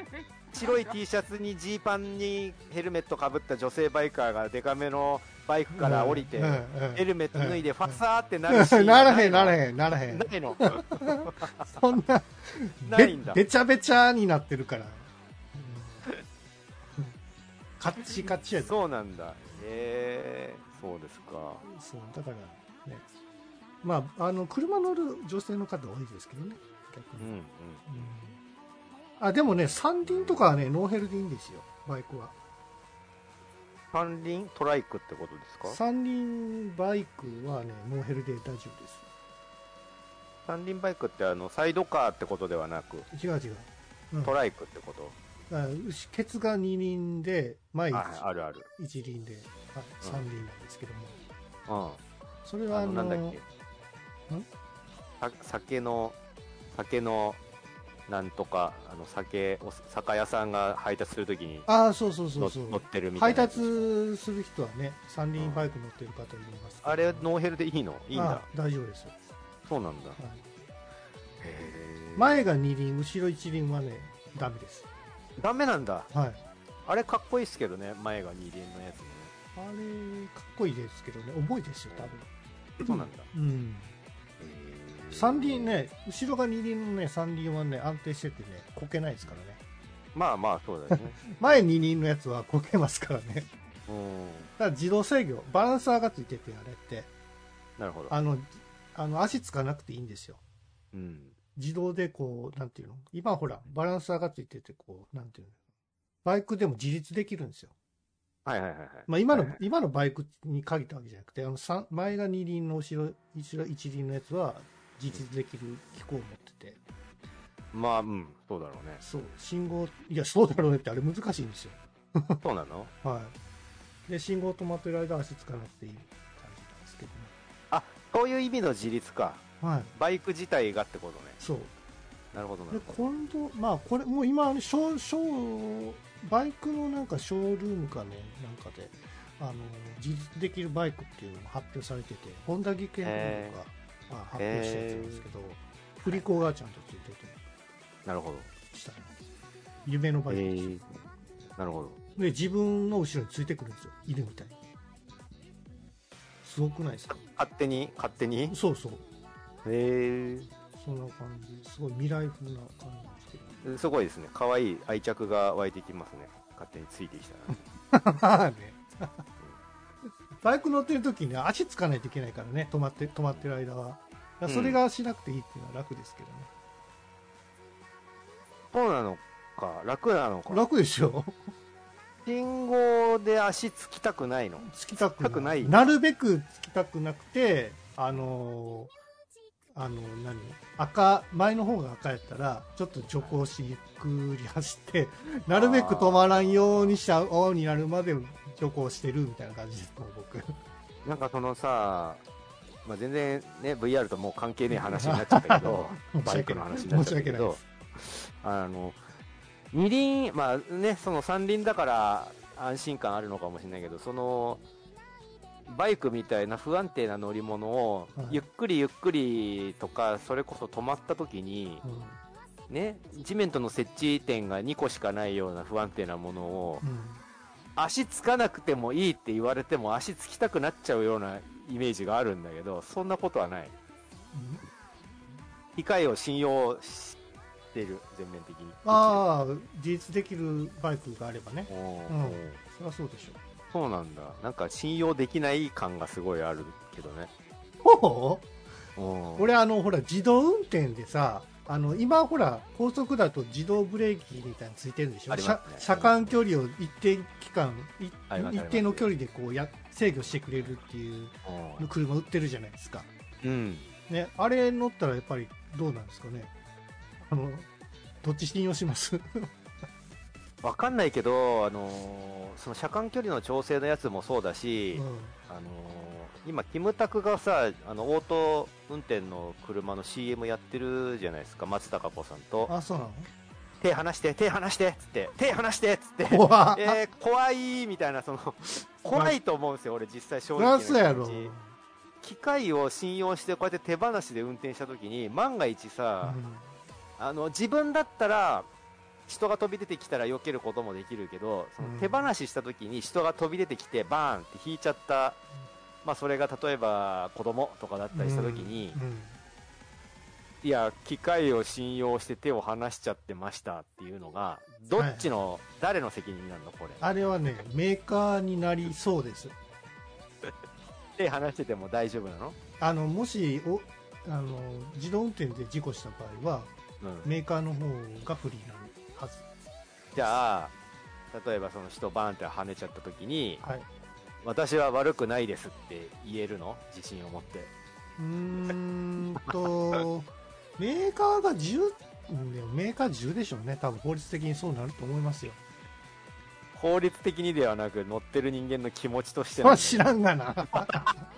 Speaker 2: 白い T シャツにジーパンにヘルメットかぶった女性バイカーがデカめのバイクから降りて、
Speaker 1: うんうん
Speaker 2: ヘルメット脱いで
Speaker 1: うん
Speaker 2: ファッサーってなるし、
Speaker 1: ならへんなら
Speaker 2: ん
Speaker 1: へんならへん
Speaker 2: ないの
Speaker 1: そんな
Speaker 2: ないんだ
Speaker 1: べべちゃべちゃになってるから、うんカッチカチやで
Speaker 2: そうなんだへえそうですか
Speaker 1: そうだからねまああの車乗る女性の方多いですけどね逆
Speaker 2: う
Speaker 1: に、
Speaker 2: んうん
Speaker 1: あでもね三輪とかはねノーヘルでいいんですよバイクは
Speaker 2: 三輪トライクってことですか
Speaker 1: 三輪バイクはねノーヘルで大丈夫です
Speaker 2: 三輪バイクってあのサイドカーってことではなく
Speaker 1: 違う違う、うん、
Speaker 2: トライクってこと、
Speaker 1: あ牛ケツが二輪で前
Speaker 2: ああるある、
Speaker 1: 一輪で、はい、
Speaker 2: うん
Speaker 1: 三輪なんですけども、
Speaker 2: う
Speaker 1: それ
Speaker 2: ん、
Speaker 1: は
Speaker 2: あ
Speaker 1: あの
Speaker 2: のなんだっけさ酒の酒のなんとかあの酒お酒屋さんが配達するときに
Speaker 1: ああそうそうそ
Speaker 2: の
Speaker 1: うそう
Speaker 2: 乗ってるみたい
Speaker 1: 配
Speaker 2: なやつ
Speaker 1: 達する人はね三輪バイク乗ってる方いますけど
Speaker 2: あれノーヘルでいいのいいん
Speaker 1: あ
Speaker 2: だ
Speaker 1: 大丈夫ですよ、
Speaker 2: そうなんだ
Speaker 1: はい、
Speaker 2: へー
Speaker 1: 前が二輪後ろ一輪はねダメです
Speaker 2: ダメなんだ
Speaker 1: はい
Speaker 2: あれかっこいいっすけどね前が二輪のやつね
Speaker 1: あれかっこいいですけどね重いですよ多
Speaker 2: そうなんだ
Speaker 1: 分うん三輪ね後ろが二輪のね三輪はね安定しててねこけないですからね
Speaker 2: まあまあそう だよね
Speaker 1: 前二輪のやつはこけますからね
Speaker 2: うん
Speaker 1: だから自動制御バランサーがついててあれって
Speaker 2: なるほど
Speaker 1: あのあの足つかなくていいんですよ
Speaker 2: うん
Speaker 1: 自動でこうなんていうの今ほらバランサーがついててこうなんていうのバイクでも自立できるんですよ、
Speaker 2: はいはいはいはい
Speaker 1: まあ、今の、
Speaker 2: はいはい
Speaker 1: 今のバイクに限ったわけじゃなくてあの三前が二輪の後ろ後ろ一輪のやつは自立できる機構を持ってて
Speaker 2: まあうんそうだろうね
Speaker 1: そう信号いやそうだろうねってあれ難しいんですよ
Speaker 2: そうなの
Speaker 1: はいで信号止まってる間足つかなくていい感じなんですけどね
Speaker 2: あそういう意味の自立か
Speaker 1: はい
Speaker 2: バイク自体がってことね
Speaker 1: そう
Speaker 2: なるほどな
Speaker 1: で
Speaker 2: るほど
Speaker 1: 今度、まあ、これ、もう今、あのショー、ショー、バイクのなんかショールームかね、なんかで、あの、自立できるバイクっていうのも発表されてて、ホンダギークエン
Speaker 2: へ
Speaker 1: が、まあ、発表したやつなんですけど、振り子がちゃんとついてて、
Speaker 2: なるほど
Speaker 1: 下に。夢のバイクですよ、
Speaker 2: えなるほど
Speaker 1: で、自分の後ろについてくるんですよ。犬みたいに。すごくないですか
Speaker 2: 勝手に勝 手にへ
Speaker 1: そうそう。
Speaker 2: え
Speaker 1: そんな感じ。すごい未来風な感じなんですけど。
Speaker 2: すごいですね可愛い愛着が湧いてきますね勝手についてきたら
Speaker 1: まあね。バイク乗ってる時に足つかないといけないからね、止まって、止まってる間は。だからそれがしなくていいっていうのは楽ですけどね。
Speaker 2: そうなのか楽なのか
Speaker 1: 楽でしょ
Speaker 2: 信号で足つきたくないの
Speaker 1: つきたく
Speaker 2: つきたくない
Speaker 1: なるべくつきたくなくて、あのーあの何赤、前の方が赤やったら、ちょっと徐行してゆっくり走って、なるべく止まらんようにして、青になるまで徐行してるみたいな感じです、もう僕。
Speaker 2: なんかそのさ、まあ、全然ね VR ともう関係ねえ話になっちゃったけどバイクの話にな っ
Speaker 1: 申
Speaker 2: ち
Speaker 1: し
Speaker 2: ゃっ
Speaker 1: 訳
Speaker 2: たけ
Speaker 1: ないで
Speaker 2: ど
Speaker 1: す。
Speaker 2: あの二輪まあねその三輪だから安心感あるのかもしれないけどそのバイクみたいな不安定な乗り物を、
Speaker 1: はい
Speaker 2: ゆっくりゆっくりとかそれこそ止まった時に、
Speaker 1: う
Speaker 2: ね地面との接地点が2個しかないような不安定なものを
Speaker 1: んうん
Speaker 2: 足つかなくてもいいって言われても足つきたくなっちゃうようなイメージがあるんだけどそんなことはない機械を信用してる全面的に
Speaker 1: ああ自立できるバイクがあればね
Speaker 2: おー
Speaker 1: うんそりゃそうでし
Speaker 2: そうなんだなんか信用できない感がすごいあるけどね
Speaker 1: ょほう
Speaker 2: おー
Speaker 1: 俺あのほら自動運転でさあの今ほら高速だと自動ブレーキみたいについてるでしょ、
Speaker 2: ありま
Speaker 1: 車
Speaker 2: すね
Speaker 1: 車間距離を一定期間い
Speaker 2: ありますあり
Speaker 1: 一
Speaker 2: ます
Speaker 1: 定の距離でこうや制御してくれるっていう
Speaker 2: おー
Speaker 1: の車売ってるじゃないですか、
Speaker 2: うん
Speaker 1: ね、あれ乗ったらやっぱりどうなんですかねあのどっち信用します
Speaker 2: わかんないけど、あのーその車間距離の調整のやつもそうだし、
Speaker 1: うん
Speaker 2: あのー今、キムタクがさあのオート運転の車の CM やってるじゃないですか松たか子さんと
Speaker 1: あそうなの
Speaker 2: 手離して、手離してっつって手離してっつって、
Speaker 1: 怖っ、
Speaker 2: えー、怖いみたいなその怖いと思うんですよ、俺実際正
Speaker 1: そ
Speaker 2: 直
Speaker 1: り
Speaker 2: な
Speaker 1: ゃ
Speaker 2: 気
Speaker 1: そうやろ、
Speaker 2: 持ち機械を信用してこうやって手放しで運転した時に万が一さ、
Speaker 1: うん
Speaker 2: あの自分だったら人が飛び出てきたら避けることもできるけどその
Speaker 1: うん
Speaker 2: 手放しした時に人が飛び出てきてバーンって引いちゃった、まあ、それが例えば子供とかだったりした時に、
Speaker 1: うん
Speaker 2: いや機械を信用して手を離しちゃってましたっていうのがどっちの、誰の責任なのこれ
Speaker 1: あれはねメーカーになりそうです
Speaker 2: 手離してても大丈夫なの
Speaker 1: あのもしおあの自動運転で事故した場合は
Speaker 2: うん
Speaker 1: メーカーの方が不利なはず。
Speaker 2: じゃあ例えばその人バーンって跳ねちゃった時に
Speaker 1: はい。
Speaker 2: 私は悪くないですって言えるの自信を持って
Speaker 1: うーんと、 メーカーが10、うんでもメーカー10でしょうね。多分法律的にそうなると思いますよ。
Speaker 2: 法律的にではなく乗ってる人間の気持ちとして
Speaker 1: そ
Speaker 2: なん
Speaker 1: ら
Speaker 2: だ
Speaker 1: 知らんがな。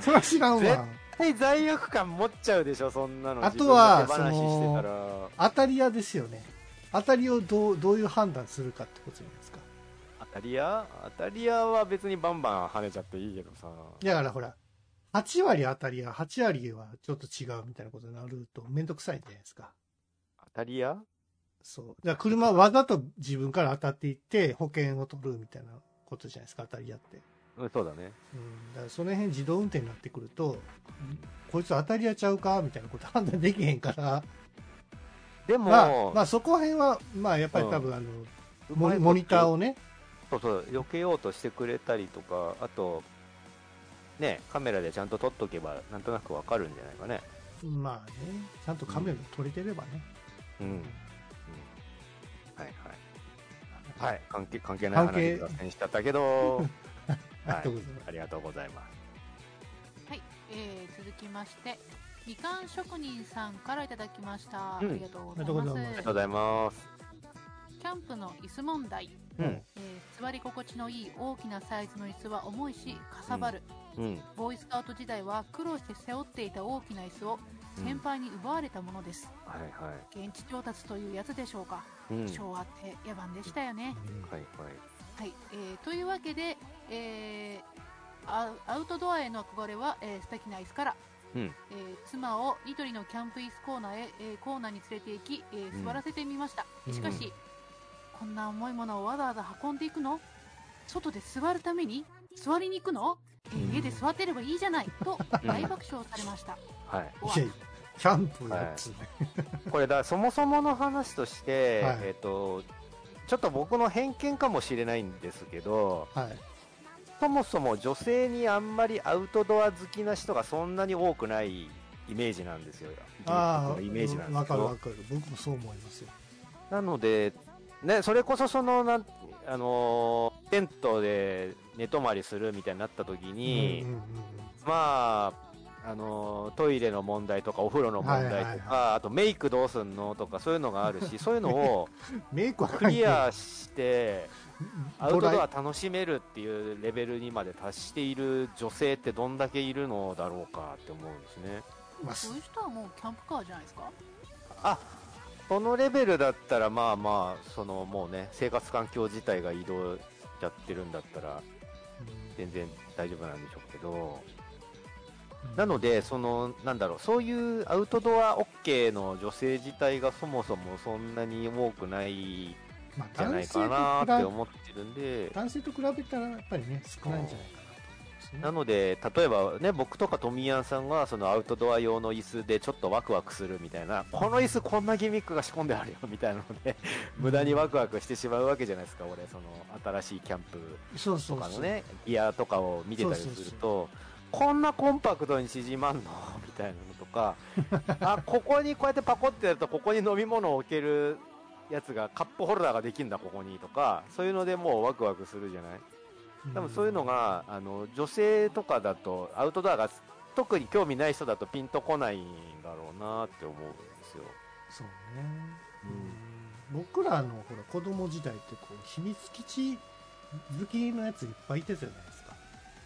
Speaker 1: そら知らん
Speaker 2: 絶
Speaker 1: わ。
Speaker 2: 対罪悪感持っちゃうでしょそんなの
Speaker 1: あとは
Speaker 2: 自分で手放ししてたら
Speaker 1: 当たり屋ですよね。当たりをどう、どういう判断するかってことじゃないですか。
Speaker 2: 当たり屋当たり屋は別にバンバン跳ねちゃっていいけどさ
Speaker 1: だからほら、8割当たり屋、8割はちょっと違うみたいなことになるとめんどくさいじゃないですか。
Speaker 2: 当たり屋
Speaker 1: そう。だから車はわざと自分から当たっていって保険を取るみたいなことじゃないですか、当たり屋って。
Speaker 2: うんそうだね
Speaker 1: うん、だからその辺自動運転になってくると、こいつ当たり屋ちゃうかみたいなこと判断できへんから、
Speaker 2: でも、
Speaker 1: まあ、まあそこら辺は、まあやっぱり多分あの、モニモニター
Speaker 2: を
Speaker 1: をね、
Speaker 2: そうそう避けようとしてくれたりとかあとねカメラでちゃんと撮っとけばなんとなくわかるんじゃないかね
Speaker 1: まあね、ちゃんとカメラが撮れてればね、
Speaker 2: うん、うん、はいはいはい関係関係ない
Speaker 1: 関係
Speaker 2: 話が先しちゃったけど
Speaker 1: ありがとうございます。
Speaker 2: ありがとうございます
Speaker 3: はい、えー続きましてみかん職人さんからいただきました、
Speaker 2: うん
Speaker 3: ありがとうござい
Speaker 1: ありがとうございま
Speaker 2: あ
Speaker 3: ま
Speaker 2: り
Speaker 3: す
Speaker 2: がとうございます
Speaker 3: キャンプの椅子問題、
Speaker 2: うん
Speaker 3: えー座り心地のいい大きなサイズの椅子は重いしかさばる、
Speaker 2: うん
Speaker 3: ボーイスカウト時代は苦労して背負っていた大きな椅子を先輩に奪われたものです、
Speaker 2: はいは
Speaker 3: 現地調達というやつでしょうか、
Speaker 2: いうん
Speaker 3: 昭和って野蛮でしたよね、
Speaker 2: はいはい
Speaker 3: はい、えーというわけで、えーアアウトドアへの憧れは、えー素敵な椅子から、
Speaker 2: うん
Speaker 3: えー妻をニトリのキャンプ椅子コーナーへ、えーコーナーに連れて行き、えー
Speaker 2: うん
Speaker 3: 座らせてみました、
Speaker 1: うん
Speaker 3: しかしこんな重いものをわざわざ運んでいくの外で座るために座りに行くの、えー
Speaker 2: うん
Speaker 3: 家で座ってればいいじゃないと
Speaker 2: うん
Speaker 3: 大爆笑されました、
Speaker 2: はい
Speaker 3: おわ
Speaker 1: いやいやキャンプやつね。
Speaker 2: これだそもそもの話として、
Speaker 1: はい
Speaker 2: えっ、とちょっと僕の偏見かもしれないんですけど
Speaker 1: はい。
Speaker 2: そもそも女性にあんまりアウトドア好きな人がそんなに多くないイメージなんですよ
Speaker 1: ああ、
Speaker 2: 僕のイメージなんで
Speaker 1: わ
Speaker 2: すけ
Speaker 1: かるわ
Speaker 2: ど
Speaker 1: かる。僕もそう思いますよ。
Speaker 2: なので、ね、それこそそのなんあのーテントで寝泊まりするみたいになった時に、
Speaker 1: うんうんうん
Speaker 2: まああのートイレの問題とかお風呂の問題とか、
Speaker 1: はいはい
Speaker 2: あとメイクどうすんのとかそういうのがあるしそういうのを
Speaker 1: メイクは
Speaker 2: クリアしてアウト
Speaker 1: ド
Speaker 2: ド
Speaker 1: ラ
Speaker 2: ア楽しめるっていうレベルにまで達している女性ってどんだけいるのだろうかって思うんですね
Speaker 1: イまあ
Speaker 3: そういう人はもうキャンプカーじゃないですか
Speaker 2: あそのレベルだったらまあまあそのもうね生活環境自体が移動しちゃってるんだったら全然大丈夫なんでしょうけどなのでそのなんだろうそういうアウトドア OK の女性自体がそもそもそんなに多くないん
Speaker 1: まあ
Speaker 2: じゃないかなって思ってるんで
Speaker 1: 男性と比べたらやっぱりね少ないんじゃないかなと思いますね
Speaker 2: なので、例えばね、僕とかトミヤンさんがそのアウトドア用の椅子でちょっとワクワクするみたいな、この椅子こんなギミックが仕込んであるよみたいなので、 無駄にワクワクしてしまうわけじゃないですか、俺、その新しいキャンプ
Speaker 1: そうそ
Speaker 2: と
Speaker 1: う
Speaker 2: か
Speaker 1: そ
Speaker 2: の
Speaker 1: う、
Speaker 2: ね、ギアとかを見てたりすると、
Speaker 1: そうそう
Speaker 2: こんなコンパクトに縮まんのみたいなの とか、あ、ここにこうやってパコってやると、ここに飲み物を置けるやつが、カップホルダーができるんだ、ここにとか、そういうのでもうワクワクするじゃない多分そういうのが、あの女性とかだとアウトドアが特に興味ない人だとピンとこないんだろうなって思うんですよ。
Speaker 1: そうね、うん僕らのほら子供時代ってこう秘密基地好きのやついっぱいいてたじゃないですか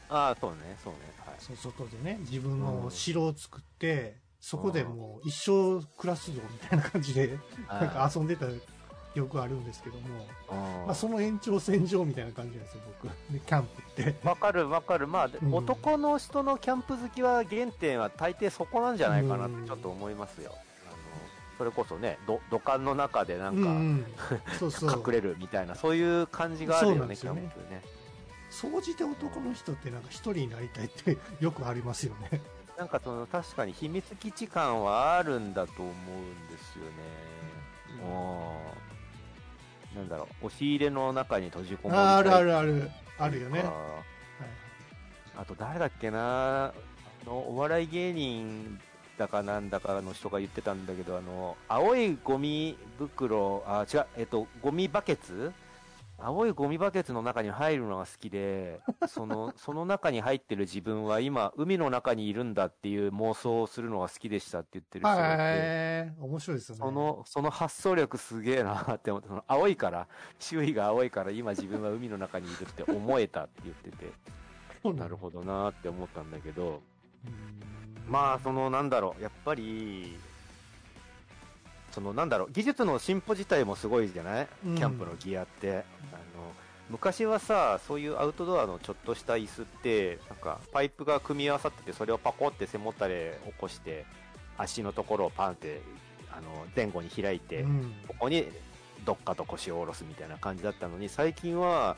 Speaker 2: ああ、そうね、そうね。はい、
Speaker 1: そう外でね自分の城を作って、そこでもう一生暮らすぞみたいな感じでなんか遊んでた記憶あるんですけども、
Speaker 2: うん
Speaker 1: まあ、その延長線上みたいな感じなんですよ 僕でキャンプって
Speaker 2: わかるわかる。まあ、で
Speaker 1: うん
Speaker 2: 男の人のキャンプ好きは原点は大抵そこなんじゃないかなっ
Speaker 1: うん
Speaker 2: てちょっと思いますよ。あのそれこそね、ど土管の中でな
Speaker 1: うんん、そうそう
Speaker 2: か隠れるみたいな、そういう感じがある
Speaker 1: そうな
Speaker 2: よ
Speaker 1: んで
Speaker 2: ね、
Speaker 1: す
Speaker 2: キ
Speaker 1: よ
Speaker 2: ャ
Speaker 1: ね
Speaker 2: ンプね。
Speaker 1: 総じて男の人ってなんか一人になりたいってよくありますよね。
Speaker 2: なんかその確かに秘密基地感はあるんだと思うんですよね。うんなんだろう、押し入れの中に閉じこもり
Speaker 1: ああるあ
Speaker 2: る
Speaker 1: るある、あるよね。は
Speaker 2: あと誰だっけな、あの、お笑い芸人だかなんだかの人が言ってたんだけど、あの、青いゴミ袋、あ、違う、えっと、ゴミバケツ青いゴミバケツの中に入るのが好 きで、その、その中に入ってる自分は今、海の中にいるんだっていう妄想をするのが好きでしたって言ってる人がいて、
Speaker 1: へえ、面白いですよね。
Speaker 2: その、 その発想力すげえなって思って、その青いから、周囲が青いから今自分は海の中にいるって思えたって言ってて、
Speaker 1: そう
Speaker 2: なるほどなって思ったんだけど、
Speaker 1: うん
Speaker 2: まあ、そのなんだろう、やっぱり、そのなんだろう、技術の進歩自体もすごいじゃない、
Speaker 1: うん
Speaker 2: キャンプのギアって。あの昔はさ、そういうアウトドアのちょっとした椅子って、なんかパイプが組み合わさってて、それをパコって背もたれ起こして、足のところをパンってあの前後に開いて、
Speaker 1: うん
Speaker 2: ここにどっかと腰を下ろすみたいな感じだったのに、最近は、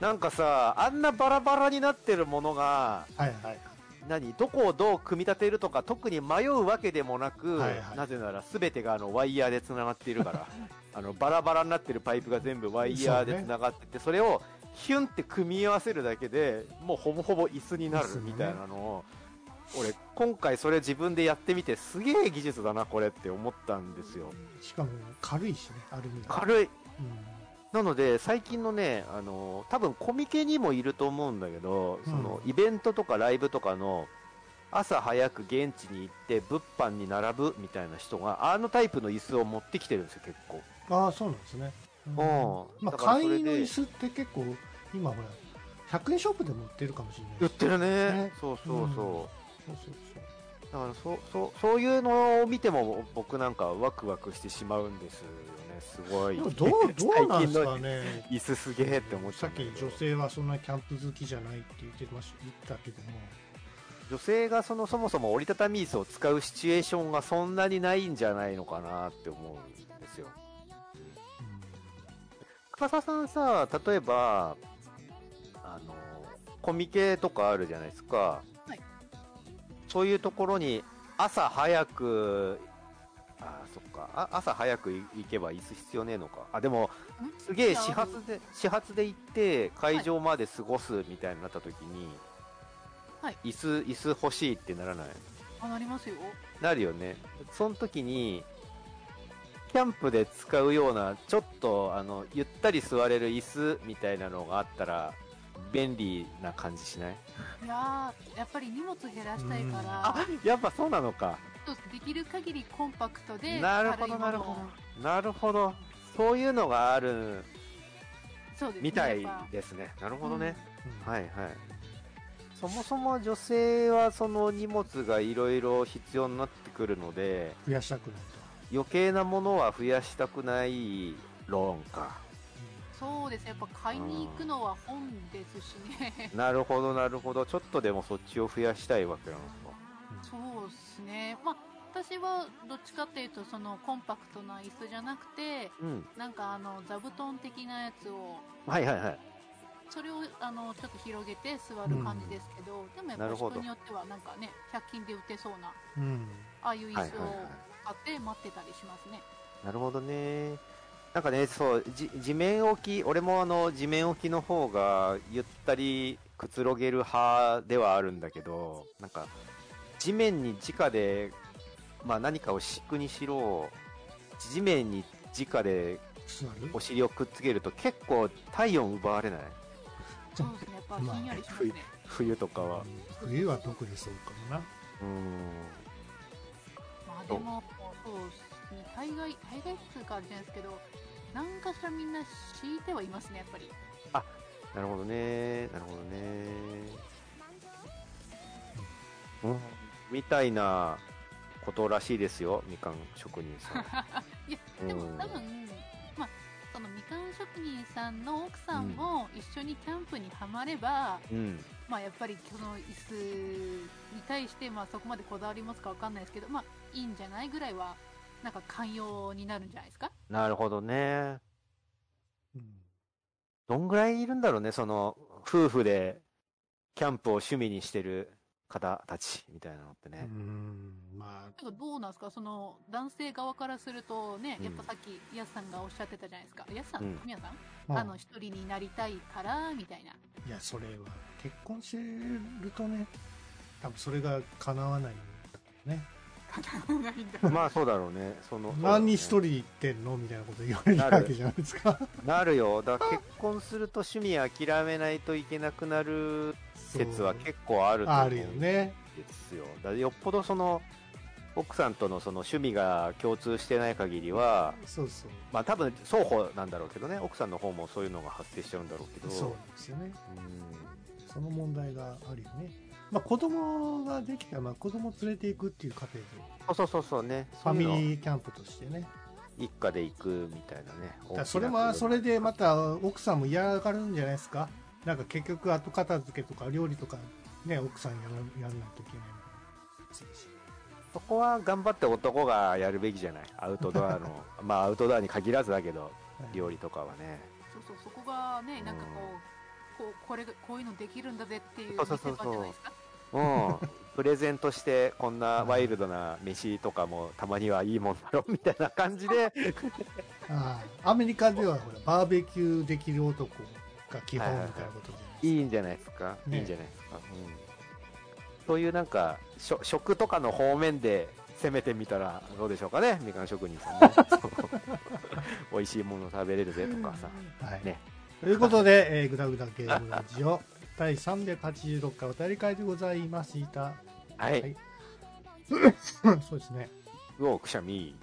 Speaker 2: なんかさ、あんなバラバラになってるものが、
Speaker 1: はいはい。
Speaker 2: 何どこをどう組み立てるとか特に迷うわけでもなく、
Speaker 1: はいはい
Speaker 2: なぜなら全てがあのワイヤーで繋がっているから あのバラバラになってるパイプが全部ワイヤーで繋がっててそ,、れをヒュンって組み合わせるだけでもうほぼほぼ椅子にな
Speaker 1: 椅
Speaker 2: る
Speaker 1: 子ね
Speaker 2: みたいなのを、俺今回それ自分でやってみてすげえ技術だなこれって思ったんですよ
Speaker 1: しかも軽いしね、アルミが。
Speaker 2: 軽い
Speaker 1: うん
Speaker 2: なので最近のね、あの多分コミケにもいると思うんだけど、
Speaker 1: うん
Speaker 2: そのイベントとかライブとかの朝早く現地に行って物販に並ぶみたいな人があのタイプの椅子を持ってきてるんですよ結構
Speaker 1: ああ、そうなんですね。うん
Speaker 2: うん
Speaker 1: まあ、
Speaker 2: だから
Speaker 1: 簡
Speaker 2: それ
Speaker 1: 易
Speaker 2: で
Speaker 1: の椅子って結構、今ほら、100円ショップでも売ってるかもしれない
Speaker 2: 売ってるね
Speaker 1: ね
Speaker 2: そうそう
Speaker 1: そうそう
Speaker 2: そ
Speaker 1: そう
Speaker 2: う、だからそそうそういうのを見ても僕なんかワクワクしてしまうんですよねすごい
Speaker 1: でもどう、どうなんです かね。
Speaker 2: 椅子すげえって思っち
Speaker 1: さ
Speaker 2: ゃう
Speaker 1: っ
Speaker 2: んだけ
Speaker 1: き
Speaker 2: ど
Speaker 1: 女性はそんなキャンプ好きじゃないって言ってまし言ったけども、
Speaker 2: 女性がそのそもそも折りたたみ椅子を使うシチュエーションがそんなにないんじゃないのかなって思うんですよ。深澤さんさ、例えば、あの、コミケとかあるじゃないですか。
Speaker 3: はい
Speaker 2: そういうところに朝早く、あ、そっか。あ朝早く行けば椅子必要ねえのか。あ、でも、すげえ始発で、始発で行って会場まで過ごすみたいになった時に、
Speaker 3: はい
Speaker 2: 椅子、椅子欲しいってならない
Speaker 3: あなりますよ
Speaker 2: なるよね。その時に、キャンプで使うような、ちょっと、あの、ゆったり座れる椅子みたいなのがあったら、便利な感じしない
Speaker 3: いやーやっぱり荷物減らしたいか
Speaker 2: あ
Speaker 3: ら、
Speaker 2: やっぱそうなのか。
Speaker 3: ちょっとできる限りコンパクトで
Speaker 2: なるほ
Speaker 3: 軽い
Speaker 2: ど、
Speaker 3: もの
Speaker 2: なるほど。なるほど。そういうのがある
Speaker 3: そうですね
Speaker 2: みたい
Speaker 3: やっぱ
Speaker 2: ですね。なるほどね。
Speaker 1: うん
Speaker 2: はいはい。そもそも女性はその荷物がいろいろ必要になってくるので、
Speaker 1: 増やしたくない
Speaker 2: 余計なものは増やしたくないローンか。
Speaker 3: そうですねやっぱ買いに行くのは本ですしね
Speaker 2: なるほど、なるほど。ちょっとでもそっちを増やしたいわけなのか。
Speaker 3: そうですねまあ私はどっちかっていうとそのコンパクトな椅子じゃなくて
Speaker 2: うん。
Speaker 3: なんかあの座布団的なやつを
Speaker 2: はいはいはい。
Speaker 3: それをあのちょっと広げて座る感じですけど、でもやっぱ
Speaker 2: なる
Speaker 3: り
Speaker 2: ほど
Speaker 3: 人によってはなんかね100均で売ってそうな
Speaker 1: と。うん。
Speaker 3: ああいう椅子を
Speaker 2: はいはいはい
Speaker 3: 買って待ってたりしますね、
Speaker 2: なるほどね。なんかね、そう、じ地面置き、俺もあの、地面置きの方が、ゆったりくつろげる派ではあるんだけど、なんか、地面に直で、まあ何かを敷くにしろ、地面に直で
Speaker 1: 座る
Speaker 2: お尻をくっつけると結構体温奪われない
Speaker 3: そうですねやっぱひんやりしますね、
Speaker 2: ま冬とかは。
Speaker 1: うん冬は特にそうかもな。
Speaker 2: うん。
Speaker 3: まあでも、そうですね、大概、大概っていうかあれじゃないですけど、何かしらみんな敷いてはいますね、やっぱり。
Speaker 2: なるほどね、なるほどね。うん、みたいなことらしいですよ、みかん職人さん。
Speaker 3: いや、でも
Speaker 2: うん
Speaker 3: 多分、まあ、そのみかん職人さんの奥さんも一緒にキャンプにはまれば、
Speaker 2: うん、
Speaker 3: まあやっぱりその椅子に対して、まあそこまでこだわりますかわかんないですけど、まあいいんじゃないぐらいは、なんか寛容になるんじゃないですか
Speaker 2: なるほどね。
Speaker 1: うん
Speaker 2: どんぐらいいるんだろうね、その、夫婦でキャンプを趣味にしてる方たち、みたいなのって
Speaker 1: う
Speaker 2: ね。
Speaker 1: ん。ま
Speaker 3: なんかどうなんですかその男性側からするとね、
Speaker 2: うん
Speaker 3: やっぱさっきヤスさんがおっしゃってたじゃないですか。ヤスさん、
Speaker 2: うん
Speaker 3: 宮さん
Speaker 1: あ、ま
Speaker 3: あの、一人になりたいから、みたいな。
Speaker 1: いや、それは結婚してるとね、多分それが叶わないんだよね。
Speaker 3: 方がないんだ
Speaker 2: まあそうだろうね。その。
Speaker 1: 何一
Speaker 2: そう
Speaker 1: 人行ってんのみたいなこと言われるわけじゃないですか。
Speaker 2: だねなるよ。だから結婚すると趣味諦めないといけなくなる説は結構あると思
Speaker 1: あ
Speaker 2: うん
Speaker 1: るよね。
Speaker 2: ですよ。だからよっぽどその、奥さんとのその趣味が共通してない限りは、
Speaker 1: そうそう。
Speaker 2: まあ多分双方なんだろうけどね、奥さんの方もそういうのが発生しちゃうんだろうけど。
Speaker 1: そうなんですよね。
Speaker 2: う
Speaker 1: その問題があるよね。まあ子供ができたら、まあ子供連れていくっていう家庭で、
Speaker 2: ん。そうそうそうそうね。
Speaker 1: ファミ
Speaker 2: そういうの
Speaker 1: リーキャンプとしてね。
Speaker 2: 一家で行くみたいなね。
Speaker 1: だからそれも、それでまた奥さんも嫌がるんじゃないですか。なんか結局後片付けとか料理とかね、奥さんやらやらないといけないみたいな。
Speaker 2: そこは頑張って男がやるべきじゃないアウトド アのまあアウトドアに限らずだけど料理とかはね
Speaker 3: そうそうそこがねなんかこうこうこれがこういうのできるんだぜっていう
Speaker 2: そうそうそう
Speaker 3: 見せ
Speaker 2: そう
Speaker 3: 場じゃないですか
Speaker 2: うんプレゼントしてこんなワイルドな飯とかもたまにはいいもんだろみたいな感じで
Speaker 1: ああアメリカではほらバーベキューできる男が基本みたいなことじゃない
Speaker 2: いいんじゃないですか、
Speaker 1: ね
Speaker 2: いいんじゃないですか、うんそういうなんかしょ食とかの方面で攻めてみたらどうでしょうかねみかん職人 さんね美味しいもの食べれるぜとかさ
Speaker 1: はい
Speaker 2: ね
Speaker 1: ということで、えー、グダグダゲームラジオ第386回お便り会でございました。
Speaker 2: はい、
Speaker 1: は
Speaker 2: はいい、
Speaker 1: そうですね。
Speaker 2: うおくしゃみ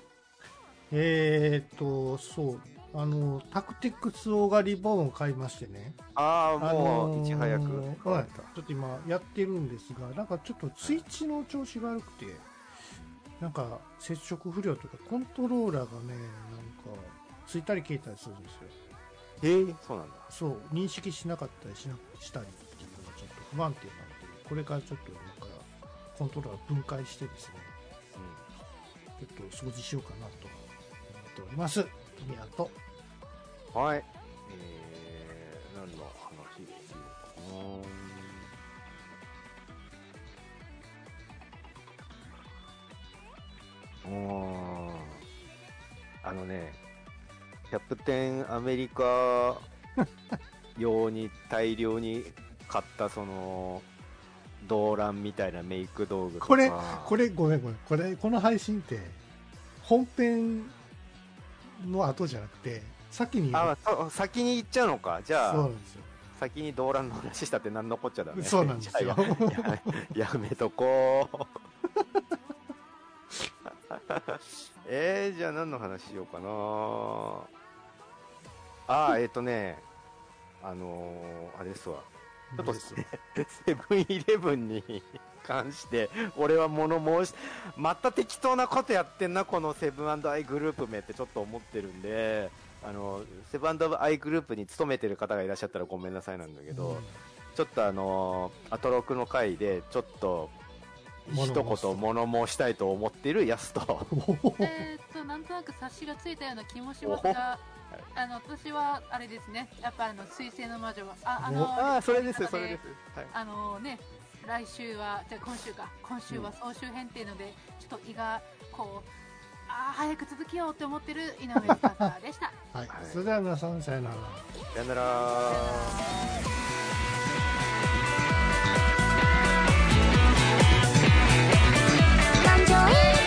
Speaker 1: えー、っと、そう。あの、タクティクスオーガリボーンを買いましてね。
Speaker 2: ああ
Speaker 1: あ
Speaker 2: も
Speaker 1: の
Speaker 2: う、
Speaker 1: ー
Speaker 2: いち早く
Speaker 1: はい。ちょっと今やってるんですが、なんかちょっとツイッチの調子が悪くて、なんか接触不良というか、コントローラーがね、なんか、ついたり消えたりするんですよ。
Speaker 2: へえそうなんだ
Speaker 1: そう認識しなかったりしなしたりっていうのがちょっと不安定なのでこれからちょっと今からコントローラー分解してですねちょっと掃除しようかなと思っております富谷と
Speaker 2: うん、はいえー、何の話でしようかなうーんあのねキャプテンアメリ カ用に大量に買ったその動乱みたいなメイク道具とか
Speaker 1: これこれごめんごめんこれこの配信って本編の後じゃなくて先に
Speaker 2: あそう先に行っちゃうのかじゃ
Speaker 1: そうな
Speaker 2: あ
Speaker 1: んですよ
Speaker 2: 先に動乱の話したって何のこっちゃだね
Speaker 1: そうなんです
Speaker 2: じゃ
Speaker 1: よ
Speaker 2: あ やややめ とこう えー、じゃあ何の話しようかなあーえっ、とねあのー、あれですわちょっと
Speaker 1: ですよ
Speaker 2: セブンイレブンに 関して俺は物申しまた適当なことやってんなこのセブンアイグループ名ってちょっと思ってるんであのセブンアイグループに勤めてる方がいらっしゃったらごめんなさいなんだけど、ちょっとあのーアトロクの回でちょっと
Speaker 1: 物
Speaker 2: 一
Speaker 1: 申す
Speaker 2: 言物申したいと思ってるやすと
Speaker 1: うんおお
Speaker 3: えーっとなんとなく察しがついたような気もしますがあの私はあれですねやっぱあの水星の魔女はああの
Speaker 2: ああそれですそれです、はい、
Speaker 3: あのね来週はじゃあ今週か今週は総集編っていうので、ちょっと胃がこうああ早く続けようって思ってる井上カッターでした
Speaker 1: はい、それでは皆さんさよなら
Speaker 2: さよなら
Speaker 4: 感情移入